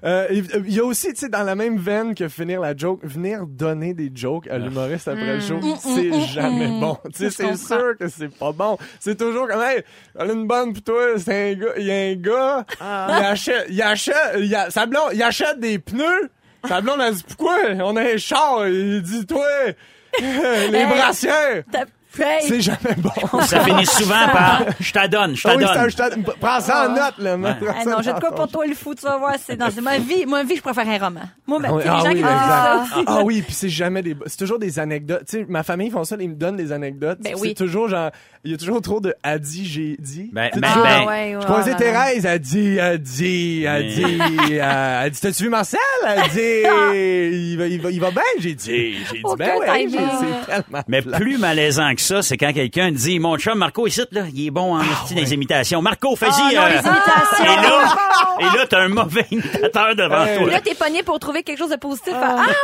D: Euh, Il il y a aussi, tu sais, dans la même veine que finir la joke, venir donner des jokes à l'humoriste après le show,
B: Mm,
D: c'est jamais bon. Tu sais,
B: Je comprends.
D: c'est sûr que c'est pas bon. C'est toujours comme, hey, elle a une bonne pour toi, c'est un gars, il y a un gars, il achète, il achète, il, a, sa blonde- il achète des pneus. Sa blonde, elle dit, pourquoi? On a un char, il dit, toi, les brassières. C'est jamais bon.
C: Ça finit souvent par je t'adonne, je
D: Ah oui, c'est un-
C: t'adonne.
D: je t'adonne. Prends ça en note, là. man. Prends
B: Ah
D: ça
B: non, j'ai de
D: dans
B: quoi
D: ton
B: pour toi le fou, tu vas voir. C'est dans ma vie, ma vie, je préfère un roman. Moi, ma
D: Ah oui,
B: petite, Bah, les gens qui me disent
D: ah,
B: ça.
D: oui, exact. Ah oui, puis c'est jamais des. C'est toujours des anecdotes. Tu sais, ma famille font ça, ils me donnent des anecdotes.
B: Ben
D: c'est
B: oui.
D: toujours genre. Il y a toujours trop de a dit, j'ai dit.
C: Ben,
D: Tu sais,
C: ben,
D: tu-
B: Ah
C: ben,
E: ouais,
D: Je
E: ouais,
D: croisais
B: oh
E: ouais,
D: Thérèse, elle dit, elle dit, elle
C: Mais-
D: dit, euh, elle dit, t'as-tu vu Marcel? Elle dit, il va, il va, il va bien, j'ai dit, j'ai dit, ben
B: Aucun
D: ouais, j'ai
B: timing.
D: c'est tellement.
C: Mais plus malaisant que ça, c'est quand quelqu'un dit Mon chum Marco ici, là, il est
D: Ah,
C: bon en esti des imitations. Marco, fais-y.
E: non,
C: euh,
E: les
C: Et
E: imitations.
C: là, et là, t'as un mauvais imitateur devant
D: Hey.
C: toi.
B: Puis là, t'es pogné pour trouver quelque chose de positif. Ah,
C: Ah, oui,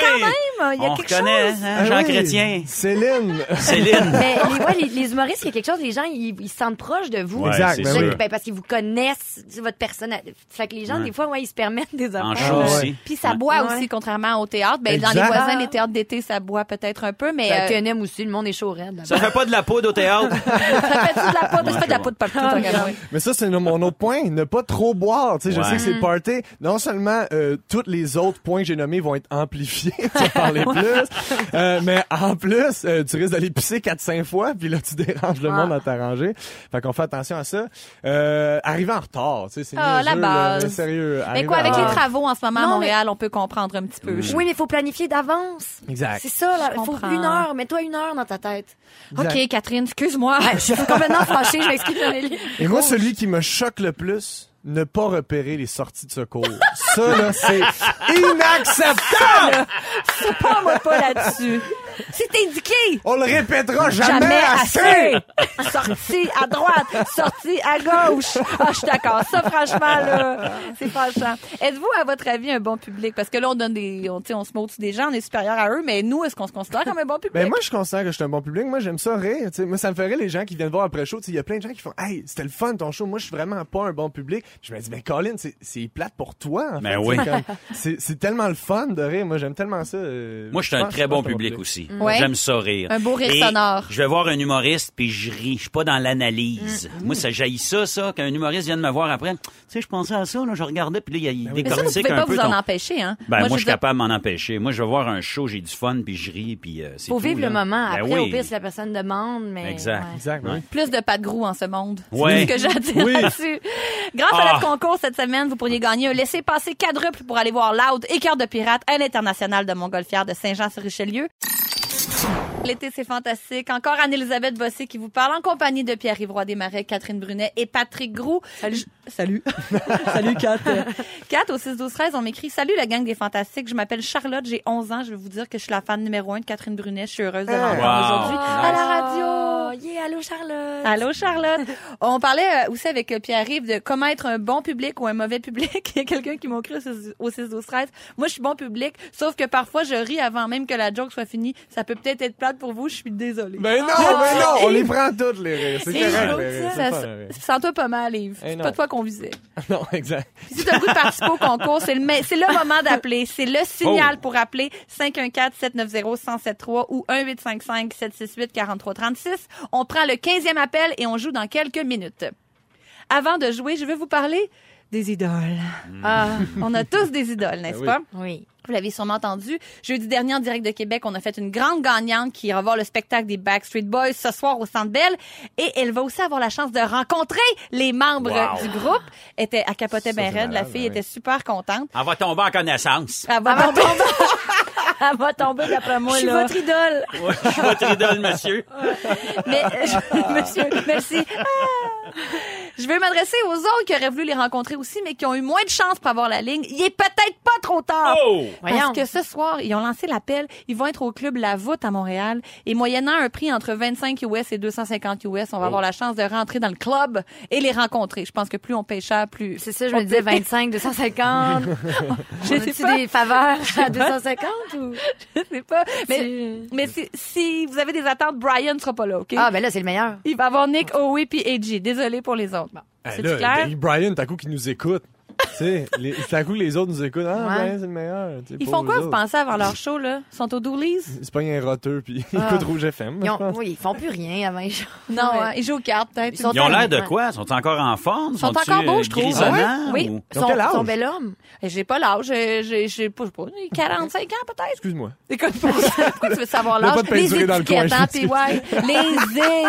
B: quand même, il y a
C: On
B: quelque
C: reconnaît,
B: chose.
C: hein,
D: Ah
C: Jean
D: oui,
C: Chrétien,
D: Céline.
C: Céline.
E: Mais Ben, les, ouais, les, les humoristes, il y a quelque chose, les gens, ils, ils se sentent proches de vous.
C: Ouais,
D: Exact,
C: c'est
D: ben
E: Je-
C: sûr.
D: oui.
E: ben, parce qu'ils vous connaissent, tu sais, votre personnalité. Fait que les gens,
C: Ouais.
E: des fois, ouais, ils se permettent des
C: En
E: affaires.
C: show
D: ouais.
C: aussi.
B: Puis ça boit
E: Ouais.
B: aussi, contrairement au théâtre. Ben, dans les
D: Exact.
B: voisins, les théâtres d'été, ça boit peut-être un peu, mais
E: Ben,
B: euh,
E: Kenem aussi, le monde est chaud raide. là-bas.
C: Ça fait pas de la poudre au théâtre.
B: ça euh, fait-tu de la poudre? Ça fait de la
C: Ouais,
B: poudre partout, toi, Gabin?
D: Mais ça, c'est mon autre point. Ne pas trop boire. Tu sais,
C: Ouais.
D: Je sais que
B: Mm.
D: c'est party. Non seulement euh, tous les autres points que j'ai nommés vont être amplifiés tu vas parler plus, euh, mais en plus, euh, tu risques d'aller pisser 4-5 fois, puis là, tu déranges le monde à t'arranger. Fait qu'on fait attention à ça. Euh, arriver en retard, tu sais, c'est
B: Ah,
D: niaiseux,
B: la
D: là,
B: base.
D: mais sérieux.
B: Mais
D: arriver
B: quoi,
D: en
B: avec les
D: retard.
B: travaux en ce moment à
E: Non, mais-
B: Montréal, on peut comprendre un petit peu.
D: Mm.
E: Oui, mais il faut planifier d'avance.
D: Exact.
E: C'est ça, là.
B: Je
E: Il faut
B: comprends.
E: une heure. Mets-toi une heure dans ta tête.
B: OK,
D: Exact.
B: Catherine, excuse-moi.
E: Ouais, je suis complètement fâchée, je m'excuse, Amélie.
D: Et moi, celui qui me choque le plus, ne pas repérer les sorties de secours. ça, là, c'est inacceptable!
B: Pas moi pas là-dessus. C'est indiqué.
D: On le répétera jamais,
B: Jamais
D: assez.
B: assez. sortie à droite, sortie à gauche. Ah, je suis d'accord. Ça, franchement, là, c'est fâchant. Êtes-vous, à votre avis, un bon public? Parce que là, on donne des, on, tu sais, on se moque des gens, on est supérieur à eux, mais nous, est-ce qu'on se considère comme un bon public?
D: Ben moi je considère que je suis un bon public, moi j'aime ça rire, tu sais. moi ça me ferait les gens qui viennent voir après le show, tu sais, il y a plein de gens qui font "Hey, c'était le fun ton show, moi je suis vraiment pas un bon public." Je me dis "Mais Colin, c'est c'est plate pour toi." En
C: Ben
D: fait,
C: oui.
D: tu sais, comme, C'est c'est tellement le fun de rire, moi j'aime tellement ça. euh,
C: Moi, je suis
D: pense
C: un
D: que
C: très bon
D: suis un
C: public aussi.
B: Mm. Ouais.
C: J'aime ça rire.
B: Un beau rire
C: Et
B: sonore.
C: Je vais voir un humoriste, puis je ris. Je suis pas dans l'analyse.
B: Mm.
C: Moi, ça jaillit ça, ça, qu'un humoriste vienne me voir après. Tu sais, je pensais à ça, là, je regardais, puis là, il y a
B: Ben mais ça, vous pouvez pas
C: un peu
B: vous en
C: ton-
B: empêcher, hein?
C: Ben, moi, je
B: veux
C: suis
B: dire,
C: capable de m'en empêcher. Moi, je vais voir un show, j'ai du fun, puis je ris, puis euh, c'est
E: Faut
C: tout,
E: vivre
C: là.
E: le moment.
C: Ben
E: Après,
C: oui.
E: au pire, si la personne demande, mais.
C: Exact.
E: ouais.
D: Exact, ben oui.
B: plus de pas de grou en ce monde. C'est
C: Ouais.
B: tout ce que j'ai à dire
D: Oui.
B: là-dessus. Grâce à
C: Ah.
B: notre concours cette semaine, vous pourriez gagner un laissez-passer quadruple pour aller voir Loud et Cœur de Pirate à l'international de Montgolfière de Saint-Jean-sur-Richelieu. L'été, c'est fantastique. Encore Anne-Elisabeth Bossé qui vous parle en compagnie de Pierre-Yves Roy Desmarais, Catherine Brunet et Patrick Groux. Salut. Salut. Salut, Kat. Euh, Kat, au 6-12-13, on m'écrit « Salut, la gang des fantastiques. Je m'appelle Charlotte, j'ai 11 ans. Je vais vous dire que je suis la fan numéro 1 de Catherine Brunet. Je suis heureuse de
D: Hey.
B: l'entendre
C: Wow.
B: aujourd'hui à Ah, la radio.
E: Oh, yeah, allô, Charlotte.
B: Allô Charlotte. On parlait euh, aussi avec euh, Pierre-Yves de comment être un bon public ou un mauvais public. Il y a quelqu'un qui m'a écrit au 6 au 6 12 13. Moi je suis bon public, sauf que parfois je ris avant même que la joke soit finie. Ça peut peut-être être plate pour vous, je suis désolée.
D: Ben non, ben non, on les prend toutes les rires, c'est
B: C'est
D: correct
B: drôle,
D: les rires,
B: ça.
D: c'est
B: Ça-
D: le fun, les rires.
B: Sens-toi pas mal, Yves.
D: Eh
B: C'est
D: non.
B: pas toi qu'on visait.
D: Non, exact.
B: Puis si t'as le goût de participer au concours, c'est le, me- c'est le moment d'appeler. C'est le signal pour appeler 514-790-1073 ou 1855-768-4336. On prend le 15e appel et on joue dans quelques minutes. Avant de jouer, je vais vous parler des idoles. Ah, on a tous des idoles, n'est-ce
D: Hmm. Ben oui.
B: pas?
E: Oui.
B: Vous l'avez sûrement entendu. Jeudi dernier, en direct de Québec, on a fait une grande gagnante qui ira voir le spectacle des Backstreet Boys ce soir au Centre Bell. Et elle va aussi avoir la chance de rencontrer les membres
C: Wow.
B: du groupe. Elle était à capoter
D: Ça,
B: ben
D: c'est
B: raide. La
D: malade,
B: fille
D: ben oui.
B: était super contente.
C: Elle va tomber en connaissance.
B: Elle va tomber.
E: Elle va tomber d'après moi,
B: Je suis votre idole.
C: Ouais, je suis votre idole, monsieur.
B: Mais, je- monsieur, merci. Ah. Je veux m'adresser aux autres qui auraient voulu les rencontrer aussi, mais qui ont eu moins de chance pour avoir la ligne. Il est peut-être pas trop tard.
C: Oh!
E: Voyons.
B: Parce que ce soir, ils ont lancé l'appel. Ils vont être au club La Voûte à Montréal. Et moyennant un prix entre 25 US et 250 US, on va avoir la chance de rentrer dans le club et les rencontrer. Je pense que plus on paye cher, plus...
E: C'est ça, je me disais 25, 250.
B: Je sais
E: J'ai-tu
B: pas.
E: des faveurs à 250 ou.
B: Je sais pas. Mais,
E: Tu-
B: mais si, si vous avez des attentes, Brian sera pas là, OK?
E: Ah, ben là, c'est le meilleur.
B: Il va y avoir Nick, Owe puis AJ. Désolé pour les autres. Bon.
D: Eh,
B: C'est
D: là,
B: clair?
D: Dave Brian, t'as coup qui nous écoute. tu sais, les- t'as coup les autres nous écoutent. Ah,
E: Ouais.
D: ben, c'est le meilleur. tu sais,
B: Ils
D: pauvres
B: font quoi,
D: autres.
B: vous pensez, avant leur show, là? Ils sont au Doolies?
D: Ils se pognent un roteux puis ils
E: Ah.
D: écoutent Rouge FM.
E: Ils
D: je
E: ont-
D: pense.
E: oui, ils font plus rien avant les gens.
B: Non,
E: Ouais.
B: hein, ils jouent aux cartes, peut-être.
E: Ils sont
C: Ils ont l'air de
E: Ouais.
C: quoi? Sont-ils encore en forme? euh,
B: Sont encore beaux, je trouve.
C: grisonnants
B: Ah ouais? Oui.
C: ou-
D: Ils ont quel âge?
E: Son bel homme.
B: Et J'ai pas l'âge. J'ai, j'ai, j'ai pas, je sais pas, 45 ans, peut-être?
D: Excuse-moi.
B: Écoute, pour- pourquoi tu veux savoir
D: Il y a
B: l'âge?
D: pas de peinturé dans le coin,
B: étiquettes, hein,
D: je
B: puis ouais, les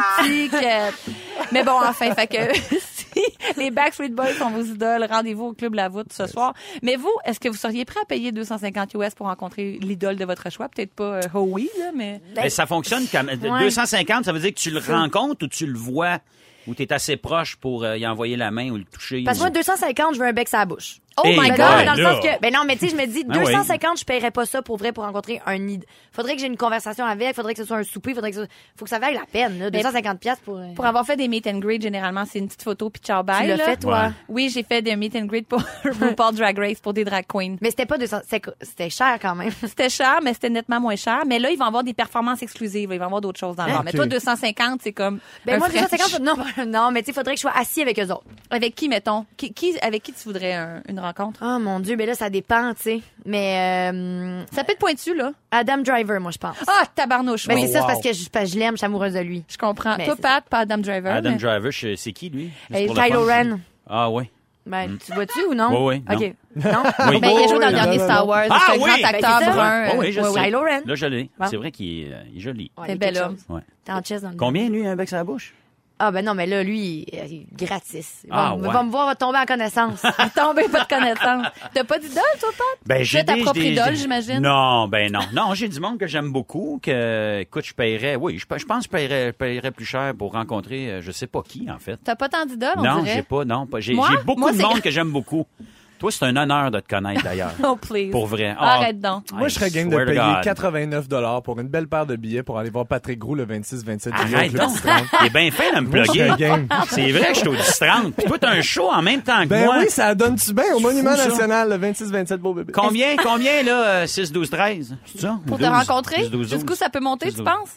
B: étiquettes. Mais bon, enfin, fait que si les Backstreet Boys sont vos idoles, rendez-vous au Club La Voûte ce soir. Mais vous, est-ce que vous seriez prêt à payer 250 US pour rencontrer l'idole de votre choix? Peut-être pas euh, Howie, là, mais...
C: Mais ça fonctionne comme.
E: Ouais.
C: 250, ça veut dire que tu le rencontres ou tu le vois ou tu es assez proche pour euh, y envoyer la main ou le toucher.
E: Parce que moi,
C: ou-
E: 250, je veux un bec à la bouche.
B: Oh
C: Hey,
B: my
E: Ben
C: boy,
B: God!
E: non, mais dans le
C: là.
E: sens que. Ben non, mais tu sais, je me dis,
C: Ah oui.
E: 250, je paierais pas ça pour vrai pour rencontrer un nid. Faudrait que j'ai une conversation avec, faudrait que ce soit un souper, faudrait que ce... Faut que ça vaille la peine, là. 250$ piastres pour. euh,
B: Pour avoir fait des meet and greet, généralement, c'est une petite photo puis ciao bye.
E: Tu l'as
B: là.
E: fait, toi?
C: Ouais.
B: Oui, j'ai fait des meet and greet pour RuPaul Drag Race, pour des drag queens.
E: Mais c'était pas 200, c'était c'était cher quand même.
B: C'était cher, mais c'était nettement moins cher. Mais là, ils vont avoir des performances exclusives. Ils vont avoir d'autres choses dans le genre. Mais
D: Ok.
B: toi, 250, c'est comme.
E: Ah, Ben
B: un
E: moi,
B: French.
E: 250, non, non, mais tu sais, faudrait que je sois assis avec eux autres.
B: Avec qui, mettons? Qui, qui- avec qui tu voudrais un- une rencontre?
E: Oh mon dieu, ben là, ça dépend, tu sais. Mais euh,
B: Ça peut être pointu, là.
E: Adam Driver, moi, je pense.
B: Ah, tabarnouche.
E: Ben
C: Oh,
B: oui.
E: c'est ça, c'est
D: wow.
E: parce que je, parce que je l'aime, je suis amoureuse de lui.
B: Je comprends.
E: Mais
B: Toi,
E: c'est-
B: Pat, pas Adam Driver.
C: Adam
B: mais-
C: Driver, je- c'est qui lui? Juste
E: Euh,
C: pour le
E: Kylo
C: fun.
E: Ren.
C: Ah oui.
E: Ben, tu vois-tu ou non?
C: Oui, oui,
E: OK. Non?
C: Oui.
B: Ben, il a joué dans le
D: Oui,
B: dernier
D: oui,
B: Star
D: oui.
B: Wars.
C: Ah
B: c'est un
C: oui!
B: grand
C: Ben,
B: acteur
E: c'est ça.
B: brun.
C: Ah oui, je
B: Ouais,
C: sais.
B: ouais.
E: Kylo Ren.
C: Là, je l'ai.
E: Bon.
C: C'est vrai qu'il est, euh, il est joli.
E: Ouais,
B: C'est
E: il y a
B: bel
E: quelque
B: homme.
E: chose.
C: Ouais.
E: T'es en chess dans le
C: Combien lui, un bec à la bouche?
E: Ah, ben non, mais là, lui, il- il- gratis. Il va,
C: Ah, ouais.
E: va me voir va tomber en connaissance.
B: Tombé, pas de connaissance. T'as pas d'idole, toi, Pat?
C: Ben,
B: Tu as ta
C: des-
B: propre
C: des-
B: idole,
C: des-
B: j'imagine?
C: Non, ben non. Non, j'ai du monde que j'aime beaucoup, que, écoute, je paierais, oui, je, je pense que je paierais, je paierais plus cher pour rencontrer, euh, je sais pas qui, en fait.
B: T'as pas tant d'idoles, on
C: non,
B: dirait?
C: j'ai pas, non, pas, j'ai
B: Moi?
C: j'ai beaucoup
B: Moi,
C: de
B: c'est-
C: monde que j'aime beaucoup. Toi, c'est un honneur de te connaître, d'ailleurs.
B: Oh, please.
C: Pour vrai. Ah,
B: Arrête donc.
D: Moi,
C: I
D: je serais game de
C: swear to
D: payer
C: God.
D: 89 pour une belle paire de billets pour aller voir Patrick Groux le 26-27 juillet.
C: Arrête donc. Il est bien fait de me
D: Moi, je serais
C: plugger.
D: game.
C: C'est vrai que je suis au 10-30. Puis toi, t'as un show en même temps que
D: Ben
C: moi.
D: oui, ça donne-tu bien au Monument
C: fou, ça.
D: National le 26-27 beau bébé?
C: Combien, combien, là, euh, 6, 12, 13? C'est ça?
B: Pour
C: Ou
B: te
C: 12?
B: rencontrer,
C: 6, 12, 11.
B: jusqu'où ça peut monter,
C: 6,
B: tu
C: 12.
B: penses?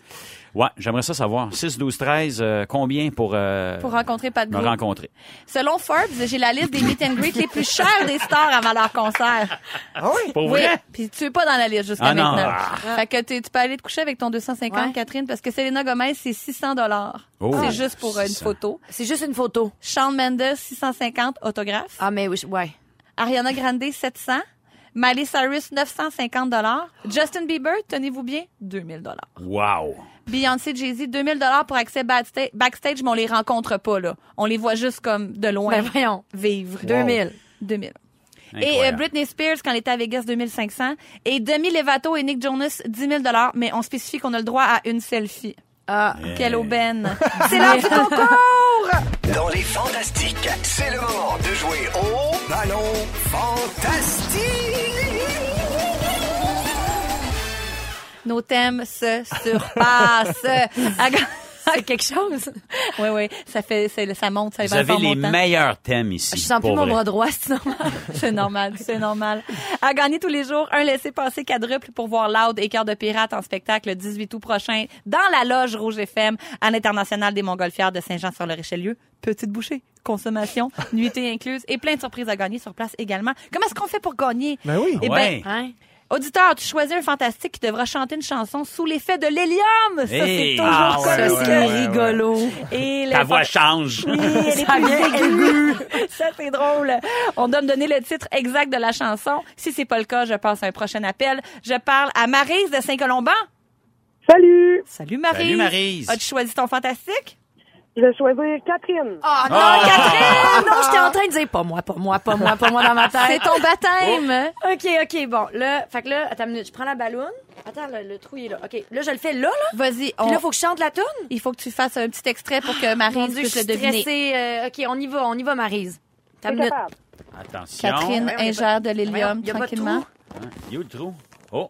C: Ouais, j'aimerais ça savoir. 6, 12, 13, euh, combien pour, euh,
B: Pour rencontrer Pat
C: me
B: Groux.
C: rencontrer?
B: Selon Forbes, j'ai la liste des meet and greet les plus chers des stars avant leur concert.
D: Ah oui?
C: Pour
B: Oui,
C: vrai?
B: puis tu es pas dans la liste jusqu'à
C: Ah non.
B: maintenant.
C: Ah.
B: Fait que t'es- tu peux aller te coucher avec ton 250,
E: Ouais.
B: Catherine, parce que Selena Gomez, c'est 600 dollars.
C: Oh.
B: C'est juste pour euh, une
C: 600.
B: photo.
E: C'est juste une photo.
B: Shawn Mendes, 650 autographes.
E: Ah, mais oui, je- ouais.
B: Ariana Grande, 700. Miley Cyrus, 950 dollars. Justin Bieber, tenez-vous bien, 2000 dollars.
C: Wow.
B: Beyoncé, Jay-Z, 2000 dollars pour accès backsta- backstage, mais on les rencontre pas, là. On les voit juste comme de loin.
E: Ben voyons.
B: Vivre.
E: 2000.
B: 2000. Et euh,
C: Incroyable.
B: Britney Spears, quand elle était à Vegas, 2500. Et Demi Levato et Nick Jonas, 10 000 mais on spécifie qu'on a le droit à une selfie.
E: Ah.
B: Quelle aubaine. C'est l'heure du concours!
A: Dans les fantastiques, c'est le moment de jouer au ballon fantastique.
B: Nos thèmes se surpassent. À ga-
E: C'est quelque chose.
B: oui, oui, ça fait, c'est- ça monte, ça
C: Vous
B: va
C: avez
B: faire
C: les
B: montant.
C: meilleurs thèmes ici.
E: Je sens plus
C: pour
E: mon
C: vrai.
E: bras droit, c'est normal.
B: C'est normal, c'est normal. À gagner tous les jours, un laissez-passer quadruple pour voir Loud et Cœur de Pirate en spectacle le 18 août prochain dans la loge Rouge FM à l'International des Montgolfières de Saint-Jean-sur-le-Richelieu. Petite bouchée, consommation, nuitée incluse et plein de surprises à gagner sur place également. Comment est-ce qu'on fait pour gagner?
D: Ben oui.
B: Eh ben,
C: Ouais.
E: Hein?
B: auditeur, tu choisis un fantastique qui devra chanter une chanson sous l'effet de l'hélium. Ça, c'est
C: Hey!
B: toujours
C: Ah ouais,
B: comme ça.
D: ouais, ouais, ouais.
E: rigolo.
B: Et le
C: Ta voix
B: fanta-
C: change.
B: oui, elle est
E: Ça
B: plus
E: vient
B: aiguë. Ça, c'est drôle. On doit me donner le titre exact de la chanson. Si c'est pas le cas, je passe à un prochain appel. Je parle à Marise de Saint-Colomban.
F: Salut,
B: Salut Marise.
C: Salut, Maryse.
B: As-tu choisi ton fantastique?
F: je vais choisir Catherine.
E: Ah non, Catherine! Non, j'étais en train de dire pas moi, pas moi, pas moi, pas moi dans ma
B: C'est
E: tête. Oh.
B: ton baptême.
E: OK, OK, bon. Là, fait que là, attends une minute, je prends la balloune. Attends, le, le trou il est là. OK, là, je le fais là, là.
B: Vas-y,
E: Puis
B: on-
E: là, faut que je chante la toune.
B: il faut que tu fasses un petit extrait pour que
E: Mon
B: Marise
E: Dieu, je
B: puisse
E: suis
B: le deviner.
E: stressée. Euh, OK, on y va, on y va, Marise. T'as
F: T'es
E: une minute.
F: capable.
C: Attention.
B: Catherine
E: Voyons, y a pas-
B: ingère de l'hélium
E: voyons, y a pas de
B: tranquillement.
E: trou.
C: Il est où le trou? Oh,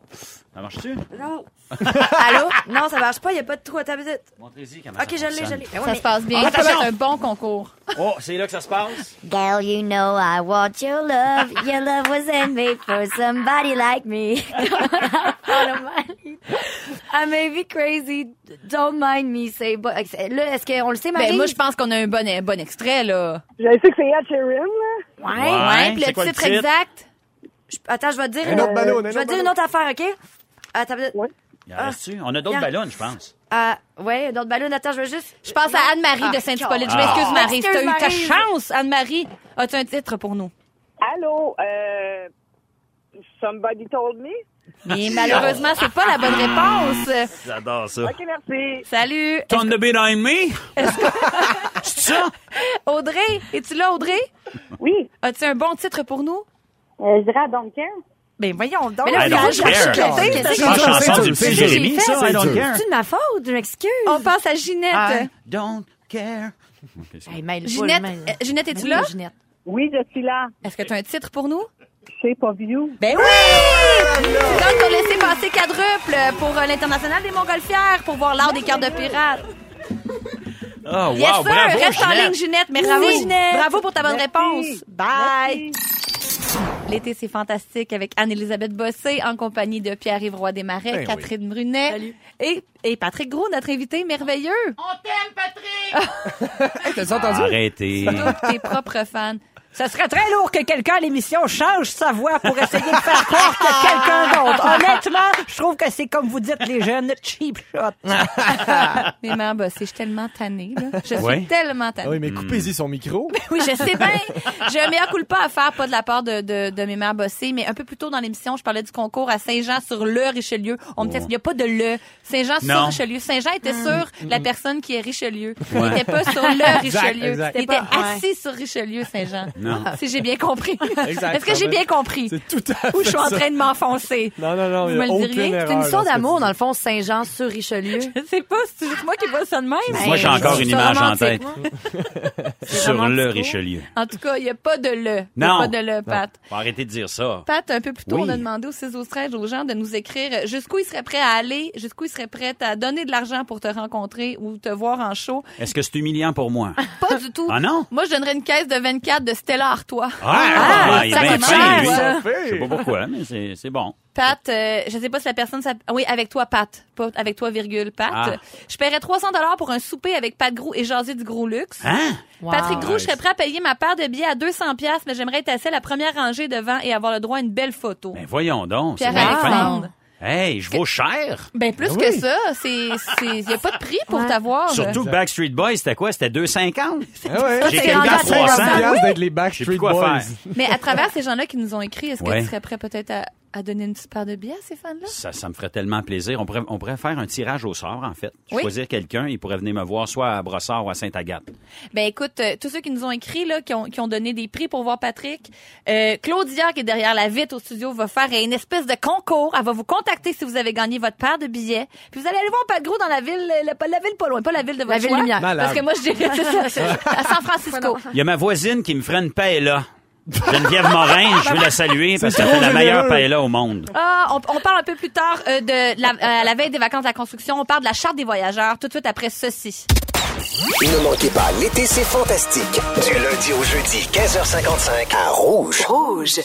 C: ça marche-tu?
E: Non. Allô? Non, ça marche pas, il n'y a pas de trou à ta visite.
C: Montrez-y comment
E: OK, je
C: ça
E: l'ai, je
C: fonctionne.
E: l'ai. Ben ouais,
B: Ça
E: mais-
B: se passe bien. Ça peut
C: Attention.
B: être un bon concours.
C: Oh, c'est là que ça se passe?
G: Girl, you know I want your love. Your love was handmade for somebody like me.
E: I may be crazy, don't mind me, say... but- Là, est-ce qu'on le sait, Marise?
B: Ben, moi, je pense qu'on a un bon, un bon extrait, là.
F: Je sais que c'est Ed Sheeran, là.
E: Ouais.
C: Ouais.
B: Hein? Puis
C: c'est quoi
B: le
C: le
B: titre
C: titre?
B: exact?
E: Je- Attends, je vais te dire...
D: Un autre ballon, un
E: Je
D: autre
E: vais te dire une
D: ballon.
E: autre affaire, OK? Attends,
F: Ouais.
C: Il en reste-tu? On a d'autres
E: Bien.
C: ballons, je pense.
E: Ah, ouais, d'autres ballons. Attends, je veux juste.
B: Je pense à Anne-Marie
E: Ah,
B: de Saint-Hippolyte. Je
C: ah.
B: m'excuse, Marie.
E: Excuse,
B: T'as eu ta
E: Maryse.
B: chance, Anne-Marie. As-tu un titre pour nous?
F: Allô, euh, somebody told me.
B: Mais malheureusement, c'est pas la bonne réponse.
C: J'adore ça.
F: OK, merci.
B: Salut.
C: Turn the beat on me? C'est ça?
B: Audrey, es-tu là, Audrey?
F: Oui,
B: As-tu un bon titre pour nous?
F: euh, je dirais à Don't Care.
B: Ben voyons donc.
E: Mais là,
C: I don't
E: je cherche
C: care.
E: le titre.
B: C'est
C: C'est la
D: dur,
C: Ah, chanson
D: c'est
C: du
D: dur,
C: petit
D: c'est
C: Jérémy,
E: dur.
C: ça, I don't
D: C'est dur.
C: care.
E: C'est de ma faute, je m'excuse.
B: On pense à Ginette.
E: Ah.
C: Don't care.
E: Hey, mêle pas,
B: Ginette,
E: mêle.
B: euh, Ginette, es-tu
E: Oui,
B: là?
E: Ginette.
F: Oui, je suis là.
B: Est-ce que tu as un titre pour nous?
F: Shape of You.
B: Ben oui! Tu donnes ton laisser passer quadruple pour euh, l'International des Montgolfières pour voir l'art des cœurs de pirates.
C: Oh, wow,
B: Yes, sir!
C: bravo,
B: Reste en
C: Ginette.
B: ligne, Ginette. Merci.
E: Bravo, Ginette.
B: Bravo pour ta bonne réponse.
F: Merci.
B: Bye.
F: Merci.
B: L'été, c'est fantastique avec Anne-Élisabeth Bossé en compagnie de Pierre-Yves Roy Desmarais,
D: oui.
B: Catherine Brunet Et, et Patrick Gros, notre invité merveilleux.
D: Hey, T'as entendu?
C: Arrêtez.
B: Tous tes propres fans.
H: Ce serait très lourd que quelqu'un à l'émission change sa voix pour essayer de faire croire que quelqu'un d'autre. Honnêtement, je trouve que c'est comme vous dites les jeunes, cheap shot.
B: Mais mères Bossé, je suis tellement tannée. Là. Je suis
C: Ouais.
B: tellement tannée.
D: Ah oui,
C: Hmm.
D: mais coupez-y son micro.
B: Oui, je sais bien. J'ai un meilleur coup le pas à faire, pas de la part de, de, de mes mères bossées, mais un peu plus tôt dans l'émission, je parlais du concours à Saint-Jean sur le Richelieu. On me dit, il n'y a pas de le. Saint-Jean sur
C: Non.
B: Richelieu. Saint-Jean était sur la personne qui est Richelieu. Il
C: Ouais.
B: n'était pas sur le
D: Exact,
B: Richelieu.
D: exact.
B: Il était
E: C'était pas-
B: assis sur Richelieu, Saint-Jean.
C: Non.
B: Si j'ai bien compris.
D: Exact,
B: Est-ce que
D: ça
B: j'ai
D: va.
B: bien compris?
D: C'est tout à fait
B: Ou je suis en
D: ça.
B: train de m'enfoncer?
D: Non, non, non,
B: Vous
D: il y
B: me
D: a
B: le
D: autre
B: diriez
D: une
E: bien. Ah,
D: erreur,
E: C'est une
D: là,
E: histoire
D: ce que tu
E: d'amour,
D: dis.
E: dans le fond, Saint-Jean sur Richelieu.
B: Je sais pas, c'est juste moi qui vois ça de même.
C: Moi, j'ai
E: Ben,
C: encore
E: je
C: une
E: trouve ça
C: image en tête.
E: romantique, moi. C'est
C: Sur le
E: romantico.
C: Richelieu.
B: En tout cas, il n'y a pas de le. Il y a
C: Non.
B: Pas de le, Pat.
C: Faut arrêter de dire ça.
B: Pat, un peu plus tôt,
C: Oui.
B: on a demandé aux 6 aux 13 aux gens de nous écrire jusqu'où ils seraient prêts à aller, jusqu'où ils seraient prêts à donner de l'argent pour te rencontrer ou te voir en show.
C: Est-ce que c'est humiliant pour moi?
B: Pas du tout.
C: Ah non?
B: Moi, je donnerais une caisse de 24 de Stella Artois.
C: Ah,
B: ah,
C: il
B: ça
C: est bien
B: commence,
C: fin, lui.
B: ouais.
C: Je sais pas pourquoi, mais c'est c'est bon.
B: Pat, euh, je sais pas si la personne... s'app- Ah Oui, avec toi, Pat. Pas avec toi, virgule, Pat.
C: Ah.
B: Je paierais 300 pour un souper avec Pat Grou et jaser du gros luxe.
C: Hein?
E: Wow.
B: Patrick Grou, je serais prêt à payer ma paire de billets à 200 pièces, mais j'aimerais être assis à la première rangée devant et avoir le droit à une belle photo.
C: Ben voyons donc, c'est bien fin.
B: Pierre-Alexandre.
C: Hey, je vaux cher.
B: Ben plus que ça, c'est c'est il y a pas de prix pour t'avoir.
C: Surtout que Backstreet Boys, c'était quoi? C'était 2,50?
D: Ah ouais.
C: J'ai
B: c'est
C: quelqu'un
B: rendu à
C: à 300.
B: 500.
D: piastres d'être les
C: Je sais
D: Backstreet
C: plus quoi
D: Boys.
C: faire.
B: Mais à travers ces gens-là qui nous ont écrit, est-ce que
C: Ouais.
B: tu serais prêt peut-être à, à donner une petite paire de billets à ces fans-là
C: Ça, ça me ferait tellement plaisir. On pourrait, on pourrait faire un tirage au sort, en fait.
B: Oui.
C: Choisir quelqu'un, il pourrait venir me voir soit à Brossard ou à Sainte-Agathe.
B: Ben écoute, euh, tous ceux qui nous ont écrit là, qui ont, qui ont donné des prix pour voir Patrick, euh, Claudia qui est derrière la vitre au studio va faire une espèce de concours. Elle va vous contacter si vous avez gagné votre paire de billets. Puis vous allez aller voir Pat Gros dans la ville, euh, la, la ville pas loin, pas la ville de votre
E: La ville
B: choix.
E: lumière.
B: Parce
D: Malade.
B: que moi je dirais c'est ça, à San Francisco.
C: Il y a ma voisine qui me ferait une paella. Geneviève Morin, je veux la saluer parce que c'est la meilleure paella au monde.
B: Ah, on, on parle un peu plus tard euh, de la, euh, à la veille des vacances de la construction. On parle de la charte des voyageurs tout de suite après ceci.
A: Ne manquez pas, l'été, c'est fantastique. Du lundi au jeudi, 15h55, à Rouge. Rouge.